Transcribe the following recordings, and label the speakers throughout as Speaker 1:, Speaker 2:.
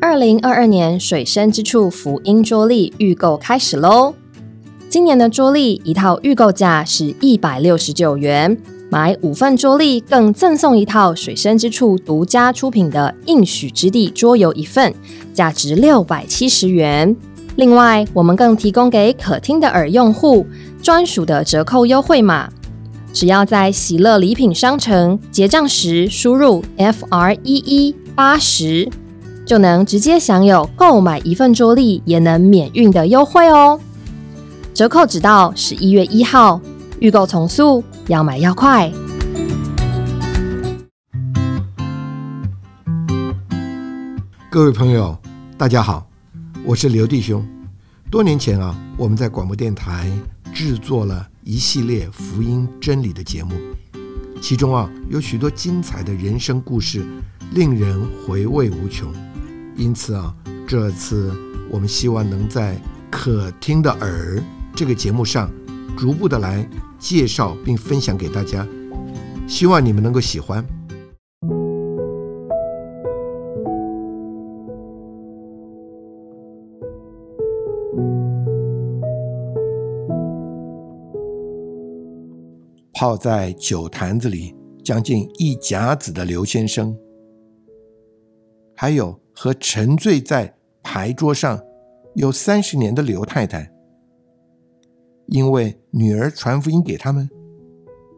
Speaker 1: 二零二二年水深之处福音桌历预购开始喽！今年的桌历一套预购价是一百六十九元，买五份桌历更赠送一套水深之处独家出品的应许之地桌游一份，价值六百七十元。另外，我们更提供给可听的耳用户专属的折扣优惠码，只要在喜乐礼品商城结账时输入 F R 一一八十，就能直接享有购买一份桌历也能免运的优惠哦。折扣只到十一月一号，预购从速，要买要快。
Speaker 2: 各位朋友，大家好，我是刘弟兄。多年前啊，我们在广播电台制作了一系列福音真理的节目，其中啊有许多精彩的人生故事，令人回味无穷。因此啊，这次我们希望能在《可听的耳》这个节目上，逐步的来介绍并分享给大家，希望你们能够喜欢。泡在酒坛子里将近一甲子的刘先生，还有和沉醉在牌桌上有三十年的刘太太，因为女儿传福音给他们，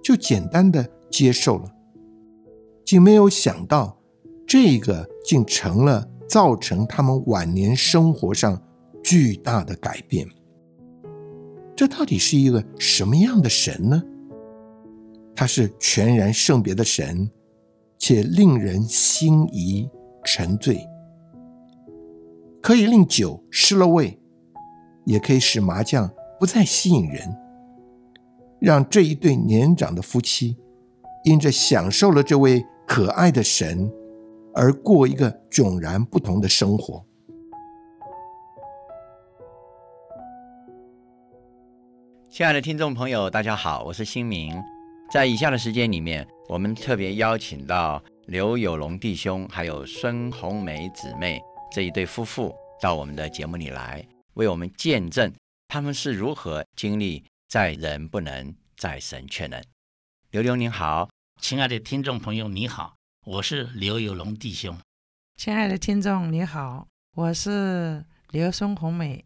Speaker 2: 就简单的接受了，竟没有想到这个竟成了造成他们晚年生活上巨大的改变。这到底是一个什么样的神呢？他是全然圣别的神，且令人心仪沉醉，可以令酒失了味，也可以使麻将不再吸引人，让这一对年长的夫妻因着享受了这位可爱的神，而过一个迥然不同的生活。
Speaker 3: 亲爱的听众朋友，大家好，我是新明。在以下的时间里面，我们特别邀请到刘有龙弟兄还有孙红梅姊妹这一对夫妇到我们的节目里来，为我们见证他们是如何经历在人不能，在神却能。刘刘您好，
Speaker 4: 亲爱的听众朋友，你好，我是刘有龙弟兄。
Speaker 5: 亲爱的听众，你好，我是刘松红美。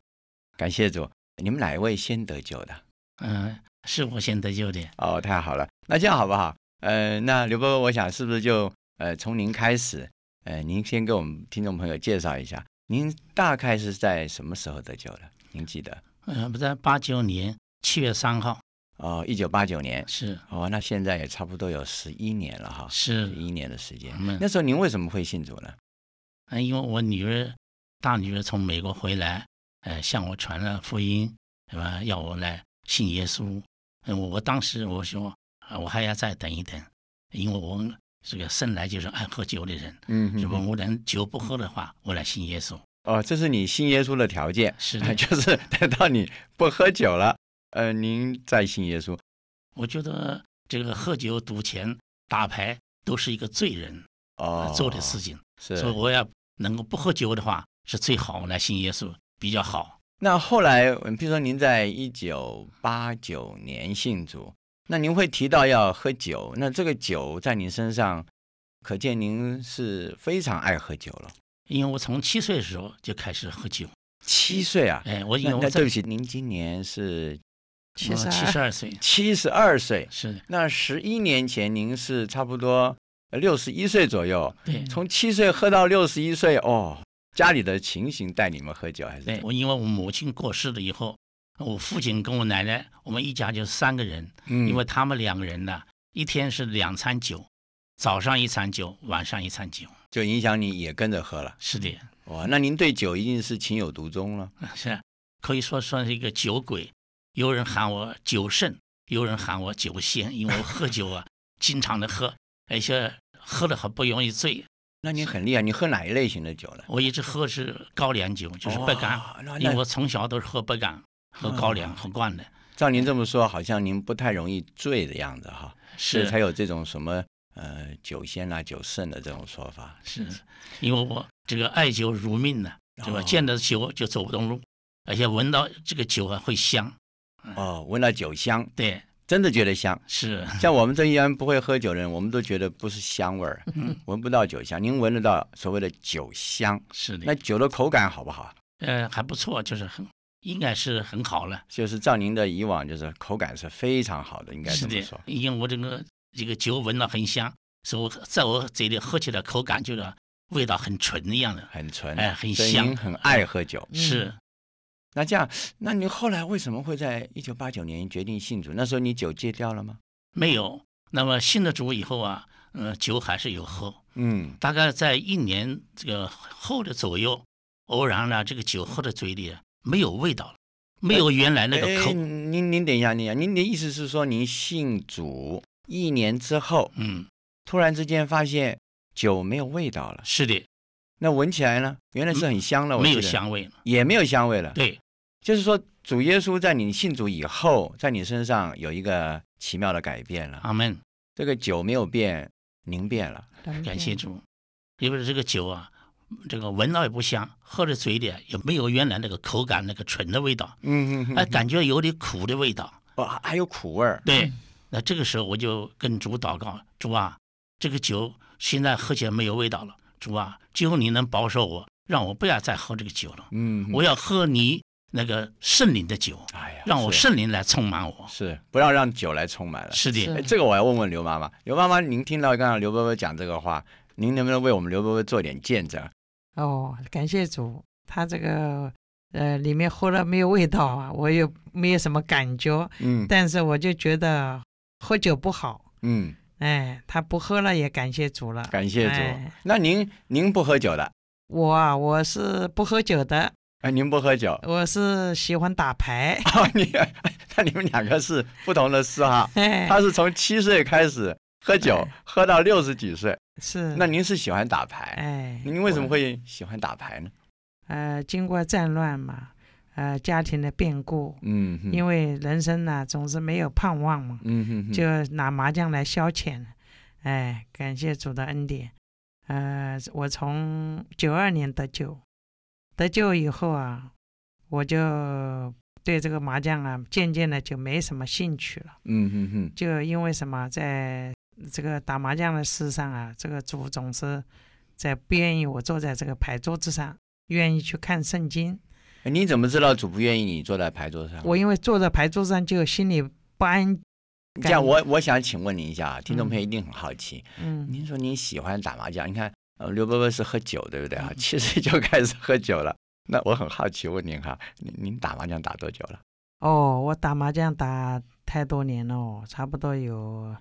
Speaker 3: 感谢主，你们哪一位先得救的？
Speaker 4: 嗯、是我先得救的。
Speaker 3: 哦，太好了，那这样好不好？呃，那刘伯伯，我想是不是就呃从您开始，呃，您先给我们听众朋友介绍一下，您大概是在什么时候得救的？您记得？
Speaker 4: 嗯，不在八九年七月三号，
Speaker 3: 哦，一九八九年。
Speaker 4: 是
Speaker 3: 哦，那现在也差不多有十一年了哈，十
Speaker 4: 是，
Speaker 3: 一年的时间。
Speaker 4: 嗯
Speaker 3: 那时候您为什么会信主呢？
Speaker 4: 嗯，因为我女儿大女儿从美国回来，呃，向我传了福音，是吧？要我来信耶稣。嗯，我我当时我说，啊我还要再等一等，因为我这个生来就是爱喝酒的人，
Speaker 3: 嗯
Speaker 4: 如果我连酒不喝的话，我来信耶稣。
Speaker 3: 哦，这是你信耶稣的条件，
Speaker 4: 是的，
Speaker 3: 就是等到你不喝酒了，呃，您再信耶稣。
Speaker 4: 我觉得这个喝酒、赌钱、打牌都是一个罪人、
Speaker 3: 哦，
Speaker 4: 啊做的事情。
Speaker 3: 是
Speaker 4: 所以我要能够不喝酒的话是最好，我来信耶稣比较好。
Speaker 3: 那后来，嗯比如说您在一九八九年信主，那您会提到要喝酒，那这个酒在您身上，可见您是非常爱喝酒了。
Speaker 4: 因为我从七岁的时候就开始喝酒，
Speaker 3: 七岁啊，
Speaker 4: 哎，我因
Speaker 3: 那
Speaker 4: 为
Speaker 3: 那
Speaker 4: 我呃
Speaker 3: 对不起，您今年是
Speaker 5: 其
Speaker 3: 哦
Speaker 5: 实
Speaker 4: 七十二岁，
Speaker 3: 七十二岁，
Speaker 4: 是
Speaker 3: 那十一年前您是差不多六十一岁左右，
Speaker 4: 对，
Speaker 3: 从七岁喝到六十一岁，哦，家里的情形带你们喝酒还是
Speaker 4: 对我因为我母亲过世了以后，我父亲跟我奶奶，我们一家就三个人，
Speaker 3: 嗯
Speaker 4: 因为他们两个人呢，一天是两餐酒，早上一餐酒，晚上一餐酒，
Speaker 3: 就影响你也跟着喝了，
Speaker 4: 是的，
Speaker 3: 哇，那您对酒一定是情有独钟了。
Speaker 4: 是啊可以说算是一个酒鬼。有人喊我酒圣，有人喊我酒仙，因为我喝酒啊，经常的喝，而且喝了很不容易醉。
Speaker 3: 那你很厉害，你喝哪一类型的酒呢？
Speaker 4: 我一直喝是高粱酒，就是白干，
Speaker 3: 哇那嗯
Speaker 4: 因为
Speaker 3: 那
Speaker 4: 我从小都是喝白干、喝高粱、喝惯的。
Speaker 3: 照您这么说，好像您不太容易醉的样子哈，所以才
Speaker 4: 是
Speaker 3: 有这种什么呃酒仙啊、酒圣的这种说法。
Speaker 4: 是，因为我这个爱酒如命呢、对吧？
Speaker 3: 哦
Speaker 4: 见了酒就走不动路，而且闻到这个酒啊会香，
Speaker 3: 哦，闻到酒香，
Speaker 4: 对，
Speaker 3: 真的觉得香。
Speaker 4: 是，
Speaker 3: 像我们这一般不会喝酒的人，我们都觉得不是香味儿，
Speaker 4: 嗯
Speaker 3: 闻不到酒香。您闻得到所谓的酒香，
Speaker 4: 是
Speaker 3: 那
Speaker 4: 的，
Speaker 3: 酒的口感好不好？
Speaker 4: 呃，还不错，就是很，应该是很好了，
Speaker 3: 就是照您的以往，就是口感是非常好的，应该
Speaker 4: 是
Speaker 3: 这么
Speaker 4: 的
Speaker 3: 说，。
Speaker 4: 因为我这个这个酒闻到很香，所以我在我嘴里喝起来口感就是味道很纯一样的，
Speaker 3: 很纯，
Speaker 4: 哎很
Speaker 3: 所以
Speaker 4: 香
Speaker 3: 您很爱喝酒。
Speaker 4: 是
Speaker 3: 那这样，那你后来为什么会在一九八九年决定信主？那时候你酒戒掉了吗？
Speaker 4: 没有。那么信了主以后啊，嗯、酒还是有喝，
Speaker 3: 嗯，
Speaker 4: 大概在一年这个后的左右，偶然呢，这个酒喝到嘴里啊没有味道了，没有原来那个口
Speaker 3: 哎，您您等一下，您您的意思是说，您信主一年之后，
Speaker 4: 嗯，
Speaker 3: 突然之间发现酒没有味道了，
Speaker 4: 是的，
Speaker 3: 那闻起来呢，原来是很香了，我
Speaker 4: 没
Speaker 3: 记
Speaker 4: 有
Speaker 3: 得，
Speaker 4: 香味了。
Speaker 3: 也没有香味了。，
Speaker 4: 对，
Speaker 3: 就是说主耶稣在你信主以后，在你身上有一个奇妙的改变了。
Speaker 4: 阿门，
Speaker 3: 这个酒没有变，您变了。
Speaker 4: 感谢主。因为这个酒啊，这个闻到也不香，喝到嘴里啊也没有原来那个口感那个醇的味道，
Speaker 3: 嗯
Speaker 4: 哎，感觉有点苦的味道。
Speaker 3: 哦，还还有苦味儿。
Speaker 4: 对，那这个时候我就跟主祷告，主啊，这个酒现在喝起来没有味道了，主啊，只有你能保守我，让我不要再喝这个酒了。
Speaker 3: 嗯，
Speaker 4: 我要喝你那个圣灵的酒，
Speaker 3: 哎呀，
Speaker 4: 让我
Speaker 3: 是
Speaker 4: 圣灵来充满我。
Speaker 3: 是不要让酒来充满了。
Speaker 4: 是的，
Speaker 3: 哎，
Speaker 5: 是
Speaker 3: 这个我要问问刘妈妈。刘妈妈，您听到刚刚刘伯伯讲这个话，您能不能为我们刘伯伯做点见证？
Speaker 5: 哦，感谢主，他这个呃里面喝了没有味道啊，我也没有什么感觉，
Speaker 3: 嗯
Speaker 5: 但是我就觉得喝酒不好，
Speaker 3: 嗯，
Speaker 5: 哎，他不喝了也感谢主了，
Speaker 3: 感谢主
Speaker 5: 哎。
Speaker 3: 那您您不喝酒的？
Speaker 5: 我啊我是不喝酒的，
Speaker 3: 哎，您不喝酒？
Speaker 5: 我是喜欢打牌，
Speaker 3: 哦，你那你们两个是不同的嗜好。
Speaker 5: 哎，
Speaker 3: 他是从七岁开始喝酒，喝到六十几岁。
Speaker 5: 是
Speaker 3: 那您是喜欢打牌？
Speaker 5: 嗯哎，
Speaker 3: 您为什么
Speaker 5: 我
Speaker 3: 会喜欢打牌呢？
Speaker 5: 呃经过战乱嘛，呃家庭的变故，
Speaker 3: 嗯哼，
Speaker 5: 因
Speaker 3: 为
Speaker 5: 为人生呢、总是没有盼望嘛，
Speaker 3: 嗯哼哼，
Speaker 5: 就拿麻将来消遣。哎，感谢主的恩典。呃，我从九二年得救，得救以后啊，我就对这个麻将啊，渐渐的就没什么兴趣了。
Speaker 3: 嗯哼哼，
Speaker 5: 就因为什么，在这个打麻将的事上啊，这个主总是在不愿意我坐在这个牌桌子上，愿意去看圣经。
Speaker 3: 哎你怎么知道主不愿意你坐在牌桌上？
Speaker 5: 我因为坐在牌桌上就心里不安。
Speaker 3: 这样，我我想请问您一下啊，听众
Speaker 5: 嗯
Speaker 3: 朋友一定很好奇，
Speaker 5: 嗯，
Speaker 3: 您说您喜欢打麻将，你看，呃，刘伯伯是喝酒对不对啊？
Speaker 5: 嗯
Speaker 3: 七岁就开始喝酒了，那我很好奇问您哈，您您打麻将打多久了？
Speaker 5: 哦，我打麻将打太多年了哦，差不多有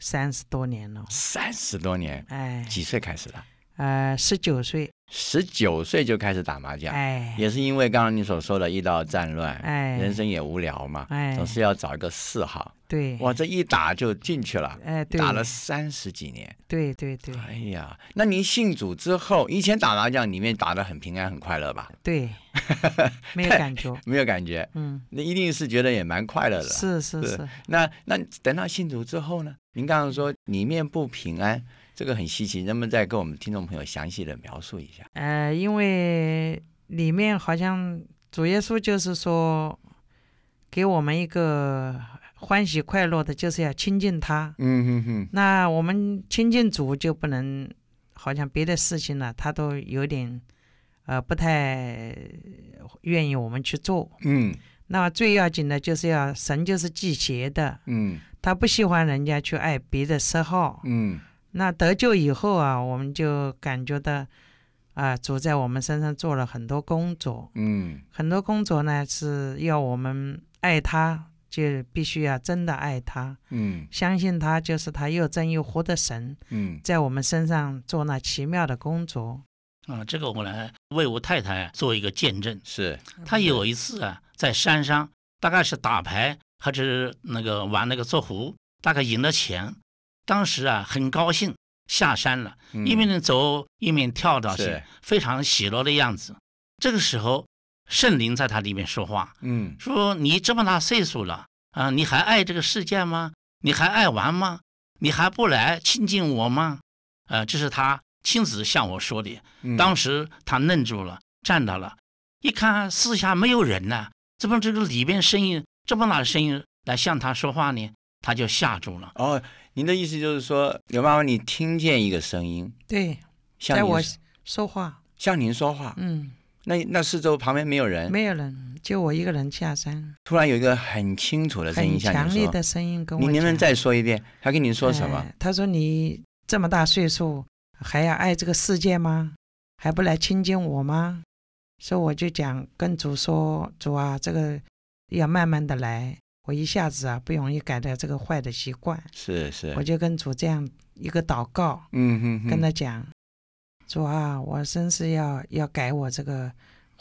Speaker 5: 三十多年了。
Speaker 3: 三十多年，
Speaker 5: 哎，
Speaker 3: 几岁开始的？
Speaker 5: 呃，十九岁，
Speaker 3: 十九岁就开始打麻将，
Speaker 5: 哎，
Speaker 3: 也是因为刚刚你所说的遇到战乱，
Speaker 5: 哎
Speaker 3: 人生也无聊嘛，
Speaker 5: 哎
Speaker 3: 总是要找一个嗜好。
Speaker 5: 对，
Speaker 3: 哇，这一打就进去了，
Speaker 5: 哎，对，
Speaker 3: 打了三十几年。
Speaker 5: 对对对
Speaker 3: 哎呀，那您信主之后，以前打麻将里面打得很平安很快乐吧？
Speaker 5: 对， 没有感觉，
Speaker 3: 没有感觉，
Speaker 5: 嗯，
Speaker 3: 那一定是觉得也蛮快乐的。
Speaker 5: 是是
Speaker 3: 是
Speaker 5: 是，
Speaker 3: 那那等到信主之后呢？您刚刚说里面不平安，这个很稀奇，能不能再跟我们听众朋友详细的描述一下？
Speaker 5: 呃，因为里面好像主耶稣就是说，给我们一个欢喜快乐的，就是要亲近他，
Speaker 3: 嗯哼哼，
Speaker 5: 那我们亲近主就不能，好像别的事情呢，他都有点，呃，不太愿意我们去做。
Speaker 3: 嗯
Speaker 5: 那最要紧的就是要神就是忌邪的，
Speaker 3: 嗯
Speaker 5: 他不喜欢人家去爱别的嗜好。
Speaker 3: 嗯
Speaker 5: 那得救以后啊，我们就感觉到，啊、主在我们身上做了很多工作，
Speaker 3: 嗯
Speaker 5: 很多工作呢是要我们爱他，就必须要真的爱他，
Speaker 3: 嗯
Speaker 5: 相信他就是他又真又活的神。
Speaker 3: 嗯
Speaker 5: 在我们身上做那奇妙的工作。
Speaker 4: 啊、这个我来为我太太做一个见证。
Speaker 3: 是，
Speaker 5: 嗯
Speaker 4: 她有一次啊，在山上，大概是打牌还是那个玩那个做壶，大概赢了钱，当时啊很高兴，下山了，
Speaker 3: 嗯
Speaker 4: 一面走一面跳到去
Speaker 3: 是，
Speaker 4: 非常喜乐的样子。这个时候，圣灵在她里面说话，
Speaker 3: 嗯
Speaker 4: 说你这么大岁数了啊，你还爱这个世界吗？你还爱玩吗？你还不来亲近我吗？呃，这是他亲自向我说的。
Speaker 3: 嗯
Speaker 4: 当时他愣住了，站到了，一看四下没有人呢，怎么这个里边声音这么大的声音来向他说话呢？他就吓住了。
Speaker 3: 哦，您的意思就是说，刘妈妈，你听见一个声音，
Speaker 5: 对，
Speaker 3: 像
Speaker 5: 在
Speaker 3: 您
Speaker 5: 我说话，
Speaker 3: 像您说话，
Speaker 5: 嗯，
Speaker 3: 那那四周旁边没有人，
Speaker 5: 没有人，就我一个人下山，
Speaker 3: 突然有一个很清楚的声
Speaker 5: 很
Speaker 3: 音向
Speaker 5: 强
Speaker 3: 您
Speaker 5: 烈
Speaker 3: 说，
Speaker 5: 的声音跟我
Speaker 3: 你
Speaker 5: 讲。
Speaker 3: 能不能再说一遍？他跟您说什么？
Speaker 5: 哎他说你这么大岁数还要爱这个世界吗？还不来亲近我吗？所以我就讲跟主说，主啊，这个要慢慢的来，我一下子啊不容易改掉这个坏的习惯。
Speaker 3: 是是
Speaker 5: 我，就跟主这样一个祷告，
Speaker 3: 嗯哼哼，
Speaker 5: 跟他讲，主啊，我真是要要改我这个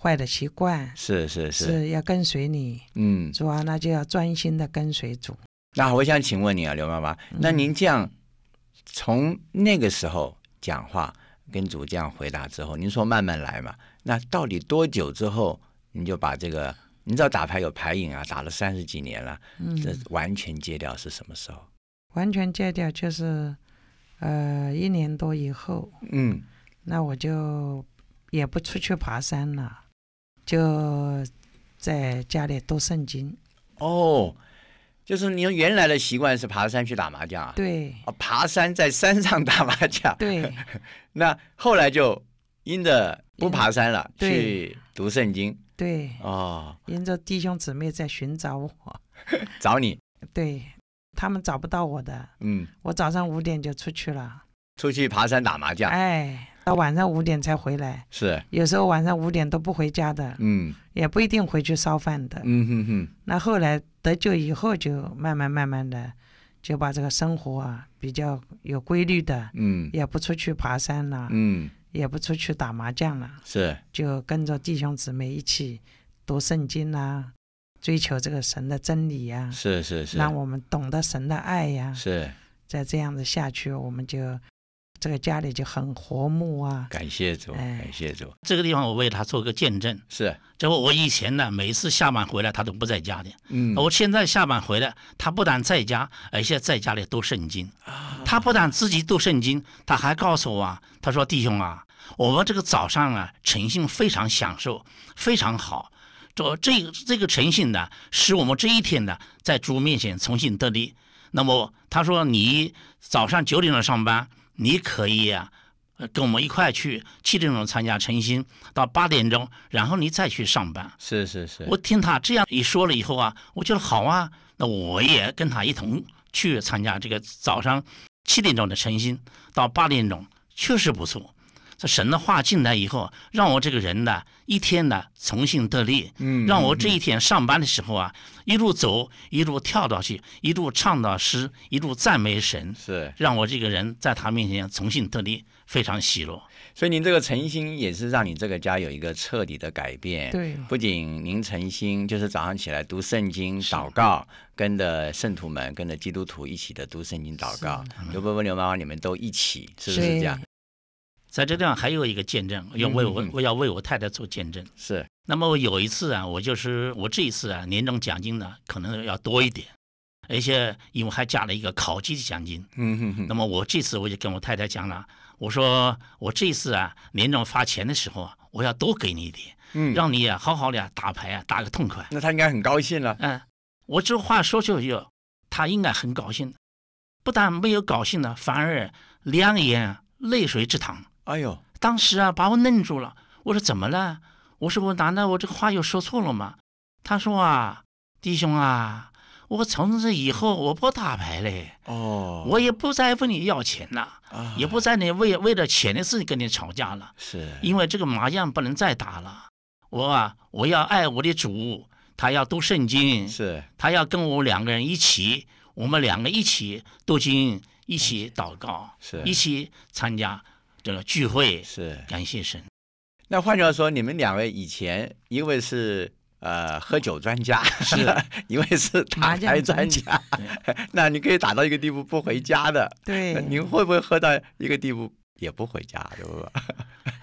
Speaker 5: 坏的习惯，
Speaker 3: 是是是，
Speaker 5: 是要跟随你，
Speaker 3: 嗯，
Speaker 5: 主啊，那就要专心的跟随主。
Speaker 3: 那我想请问你啊，刘妈妈，
Speaker 5: 嗯
Speaker 3: 那您这样从那个时候讲话，跟主这样回答之后，您说慢慢来嘛，那到底多久之后，你就把这个，你知道打牌有牌瘾啊，打了三十几年了，
Speaker 5: 嗯，
Speaker 3: 这完全戒掉是什么时候？
Speaker 5: 完全戒掉就是，呃，一年多以后，
Speaker 3: 嗯，
Speaker 5: 那我就也不出去爬山了，就在家里读圣经。
Speaker 3: 哦，就是您原来的习惯是爬山去打麻将啊？
Speaker 5: 对
Speaker 3: 哦，爬山在山上打麻将。
Speaker 5: 对
Speaker 3: 那后来就因着不爬山了，
Speaker 5: 对哎
Speaker 3: 去读圣经
Speaker 5: 对，
Speaker 3: 哦，
Speaker 5: 因着弟兄姊妹在寻找我，
Speaker 3: 找你，
Speaker 5: 对他们找不到我的，
Speaker 3: 嗯，
Speaker 5: 我早上五点就出去了，
Speaker 3: 出去爬山打麻将、
Speaker 5: 哎，到晚上五点才回来，
Speaker 3: 是，
Speaker 5: 有时候晚上五点都不回家的，
Speaker 3: 嗯
Speaker 5: 也不一定回去烧饭的。
Speaker 3: 嗯哼哼，
Speaker 5: 那后来得救以后，就慢慢慢慢的就把这个生活啊比较有规律的，
Speaker 3: 嗯
Speaker 5: 也不出去爬山了，
Speaker 3: 嗯
Speaker 5: 也不出去打麻将了，
Speaker 3: 是，
Speaker 5: 就跟着弟兄姊妹一起读圣经啦、追求这个神的真理呀、
Speaker 3: 是是是
Speaker 5: 让我们懂得神的爱呀、
Speaker 3: 是，
Speaker 5: 再这样子下去，我们就这个家里就很和睦啊。
Speaker 3: 感谢主，
Speaker 5: 哎
Speaker 3: 感谢主，
Speaker 4: 这个地方我为他做个见证。
Speaker 3: 是，
Speaker 4: 这我我以前呢，每次下班回来他都不在家的。
Speaker 3: 嗯，
Speaker 4: 我现在下班回来，他不但在家，而且在家里读圣经。他不但自己读圣经，他还告诉我啊，他说：“弟兄啊，我们这个早上啊，诚信非常享受，非常好。这这个这个诚信呢，使我们这一天呢，在主面前重新得力。那么他说，你早上九点钟上班，你可以啊。”呃跟我们一块去七点钟参加晨星，到八点钟，然后你再去上班。
Speaker 3: 是是是，
Speaker 4: 我听他这样一说了以后啊，我觉得好啊，那我也跟他一同去参加这个早上七点钟的晨星，到八点钟，确实不错。这神的话进来以后，让我这个人呢，一天呢重新得力，
Speaker 3: 嗯
Speaker 4: 让我这一天上班的时候啊，一路走，一路跳到去，一路唱到诗，一路赞美神，
Speaker 3: 是，
Speaker 4: 让我这个人在他面前重新得力，非常喜乐。
Speaker 3: 所以您这个诚心也是让你这个家有一个彻底的改变，
Speaker 5: 对
Speaker 4: 嗯
Speaker 3: 不仅您诚心，就是早上起来读圣经、祷告，跟着圣徒们、跟着基督徒一起的读圣经、祷告。
Speaker 4: 嗯
Speaker 3: 刘伯伯、刘妈妈，你们都一起，是不是
Speaker 5: 对
Speaker 3: 这样？
Speaker 4: 在这地方还有一个见证，要为我
Speaker 3: 嗯嗯嗯
Speaker 4: 我要为我太太做见证。
Speaker 3: 是，
Speaker 4: 那么我有一次啊，我就是我这一次啊，年终奖金呢可能要多一点，而且因为还加了一个考级的奖金。
Speaker 3: 嗯哼哼
Speaker 4: 那么我这次我就跟我太太讲了，我说我这次啊年终发钱的时候啊，我要多给你一点，
Speaker 3: 嗯
Speaker 4: 让你啊好好的、啊、打牌啊打个痛快。
Speaker 3: 那他应该很高兴了。
Speaker 4: 嗯，我这话说出去，他应该很高兴，不但没有高兴呢，反而两眼啊泪水直淌。
Speaker 3: 哎呦，
Speaker 4: 当时啊，把我愣住了。我说怎么了？我说我难道我这个话又说错了吗？他说啊，弟兄啊，我从此以后我不打牌嘞，
Speaker 3: 哦，
Speaker 4: 我也不再问你要钱了，
Speaker 3: 啊
Speaker 4: 也不再你为为了钱的事情跟你吵架了，
Speaker 3: 是，
Speaker 4: 因为这个麻将不能再打了。我啊，我要爱我的主，他要读圣经，
Speaker 3: 是
Speaker 4: 他要跟我两个人一起，我们两个一起读经，一起祷告，
Speaker 3: 哎是
Speaker 4: 一起参加这个聚会，
Speaker 3: 是。
Speaker 4: 感谢神。
Speaker 3: 那换句话说，你们两位以前一位是呃喝酒专家，
Speaker 4: 是
Speaker 3: 一位是打牌
Speaker 5: 麻将
Speaker 3: 专
Speaker 5: 专
Speaker 3: 家， 那你可以打到一个地步不回家的。那
Speaker 5: 对，
Speaker 3: 您会不会喝到一个地步也不回 家，对不对？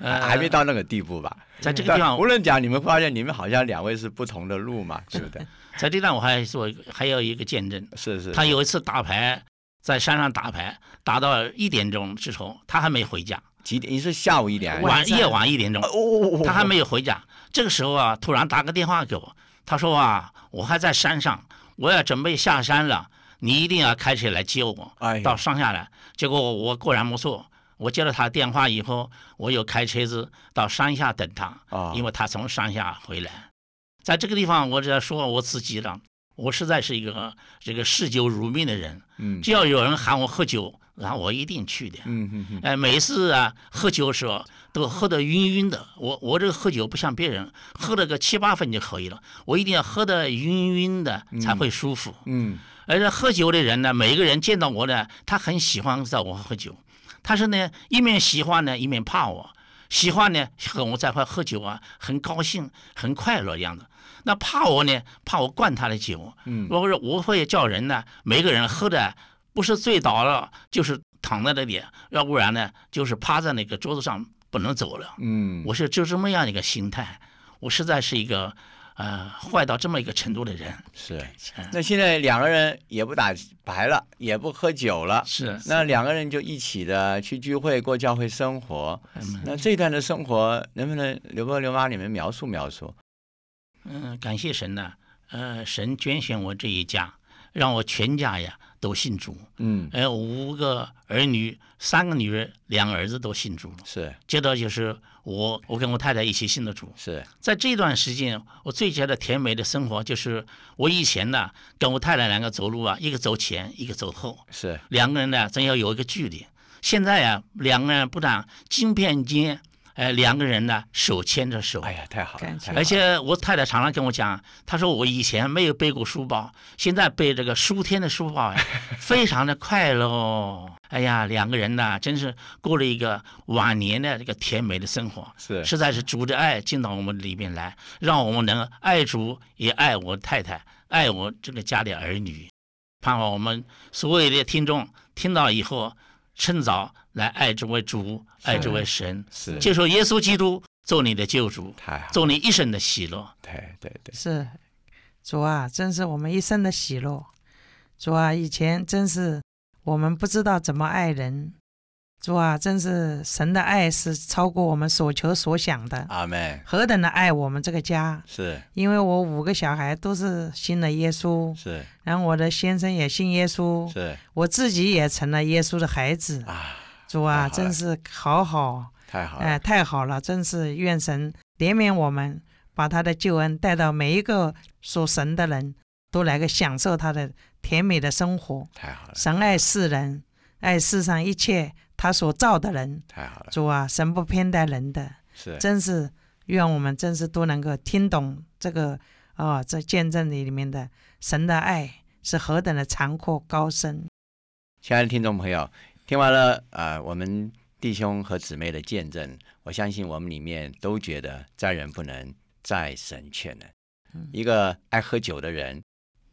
Speaker 4: 呃
Speaker 3: 还没到那个地步吧？
Speaker 4: 在这个
Speaker 3: 但
Speaker 4: 地方
Speaker 3: 无，论讲，你们发现你们好像两位是不同的路 嘛，对不对？
Speaker 4: 在这地方我还做一个还有一个见证，
Speaker 3: 是是，
Speaker 4: 他有一次打牌，在山上打牌，打到一点钟之后，他还没回家，
Speaker 3: 几点？你是下午一点还是？
Speaker 4: 晚夜晚一点钟
Speaker 3: 哎哦，哦哦
Speaker 4: 他还没有回家。这个时候啊，突然打个电话给我，他说啊，我还在山上，我要准备下山了，你一定要开车来接我
Speaker 3: 哎呀
Speaker 4: 到乡下来。结果我我果然没错，我接了他电话以后，我又开车子到山下等他，
Speaker 3: 啊，
Speaker 4: 因为他从山下回来。在这个地方，我只要说我自己了，我实在是一个这个嗜酒如命的人，
Speaker 3: 嗯
Speaker 4: 只要有人喊我喝酒，然后我一定去的。
Speaker 3: 嗯嗯嗯，
Speaker 4: 哎，每次啊喝酒的时候都喝得晕晕的。我我这个喝酒不像别人，喝了个七八分就可以了，我一定要喝得晕晕的才会舒服。
Speaker 3: 嗯
Speaker 4: 而且喝酒的人呢，每个人见到我呢，他很喜欢找我喝酒，他是呢一面喜欢呢，一面怕我。喜欢呢和我在一块喝酒啊，很高兴，很快乐的样子。那怕我呢，怕我灌他的酒，
Speaker 3: 嗯
Speaker 4: 我说我会叫人呢，每个人喝的不是醉倒了，就是躺在那里，要不然呢就是趴在那个桌子上不能走了。
Speaker 3: 嗯，
Speaker 4: 我是就这么样一个心态，我实在是一个呃坏到这么一个程度的人，
Speaker 3: 是。那现在两个人也不打牌了，也不喝酒了，
Speaker 4: 是
Speaker 3: 那两个人就一起的去聚会，过教会生活。
Speaker 4: 嗯
Speaker 3: 那这段的生活，能不能刘伯刘妈你们描述描述？
Speaker 4: 嗯，感谢神呐，呃，神拣选我这一家，让我全家呀都信主，
Speaker 3: 嗯，
Speaker 4: 呃，五个儿女，三个女儿，两个儿子都信主了。
Speaker 3: 是
Speaker 4: 接着就是我，我跟我太太一起信的主。
Speaker 3: 是，
Speaker 4: 在这段时间，我最觉得甜美的生活就是我以前呢跟我太太两个走路啊，一个走前，一个走后，
Speaker 3: 是
Speaker 4: 两个人呢真要有一个距离。现在啊，两个人不但肩并肩，哎、两个人呢手牵着手，
Speaker 3: 哎呀，太好了，
Speaker 5: 感
Speaker 3: 太好
Speaker 5: 谢
Speaker 3: 了
Speaker 4: 而且我太太常常跟我讲，她说我以前没有背过书包，现在背这个书天的书包呀，非常的快乐哦。 哎呀，两个人呐，真是过了一个晚年的这个甜美的生活，
Speaker 3: 是
Speaker 4: 实在是主的爱进到我们里面来，让我们能爱主，也爱我太太，爱我这个家里儿女。盼望我们所有的听众听到以后，趁早来爱这位主，爱这位神，
Speaker 3: 是
Speaker 4: 接受耶稣基督做你的救主。
Speaker 3: 太好了，
Speaker 4: 做你一生的喜 乐。
Speaker 3: 对对对，
Speaker 5: 是，主啊，真是我们一生的喜乐。主啊，以前真是我们不知道怎么爱人。主啊，真是神的爱是超过我们所求所想的，
Speaker 3: 阿妹
Speaker 5: 何等的爱我们这个家！
Speaker 3: 是
Speaker 5: 因为我五个小孩都是信了耶稣，
Speaker 3: 是
Speaker 5: 然后我的先生也信耶稣，
Speaker 3: 是
Speaker 5: 我自己也成了耶稣的孩子。
Speaker 3: 啊，太
Speaker 5: 主
Speaker 3: 好
Speaker 5: 啊，
Speaker 3: 了
Speaker 5: 真是好好。
Speaker 3: 太好
Speaker 5: 哎，
Speaker 3: 了，
Speaker 5: 太好了，真是愿神怜悯我们，把他的救恩带到每一个属神的人，都来个享受他的甜美的生活。
Speaker 3: 太好了，
Speaker 5: 神爱世人，爱世上一切他所造的人。
Speaker 3: 太好了，
Speaker 5: 主啊，神不偏待人的，
Speaker 3: 是
Speaker 5: 真是愿我们真是都能够听懂这个啊、这见证里面的神的爱是何等的残阔高深。
Speaker 3: 亲爱的听众朋友，听完了呃我们弟兄和姊妹的见证，我相信我们里面都觉得在人不能，在神却能。一个爱喝酒的人，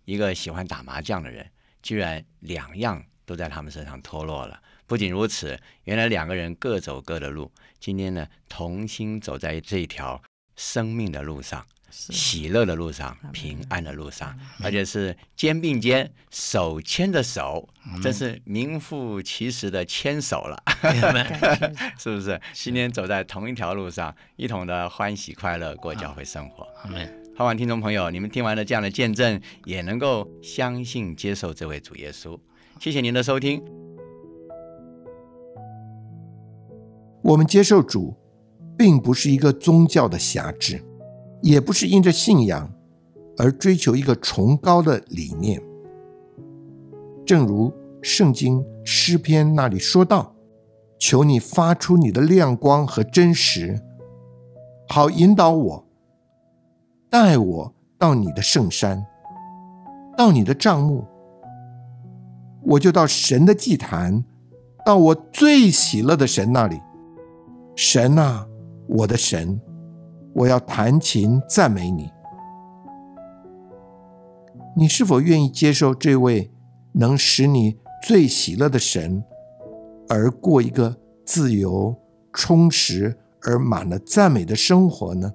Speaker 3: 一个喜欢打麻将的人，居然两样都在他们身上脱落了。不仅如此，原来两个人各走各的路，今天呢同心走在这条生命的路上。
Speaker 5: 是
Speaker 3: 喜乐的嗯路上
Speaker 5: 阿，门
Speaker 3: 平安的路上，而且是肩并肩、手牵着手，真是名副其实的牵手了，
Speaker 5: 感谢
Speaker 3: 是不是？今天走在同一条路上，一同的欢喜快乐过教会生活。
Speaker 4: 阿门。
Speaker 3: 盼望听众朋友，你们听完了这样的见证，也能够相信接受这位主耶稣。谢谢您的收听，
Speaker 2: 我们接受主，并不是一个宗教的辖制，也不是因着信仰而追求一个崇高的理念。正如圣经诗篇那里说道：“求你发出你的亮光和真实，好引导我，带我到你的圣山，到你的帐幕，我就到神的祭坛，到我最喜乐的神那里。”神啊，我的神，我要弹琴赞美你。你是否愿意接受这位能使你最喜乐的神，而过一个自由、充实而满了赞美的生活呢？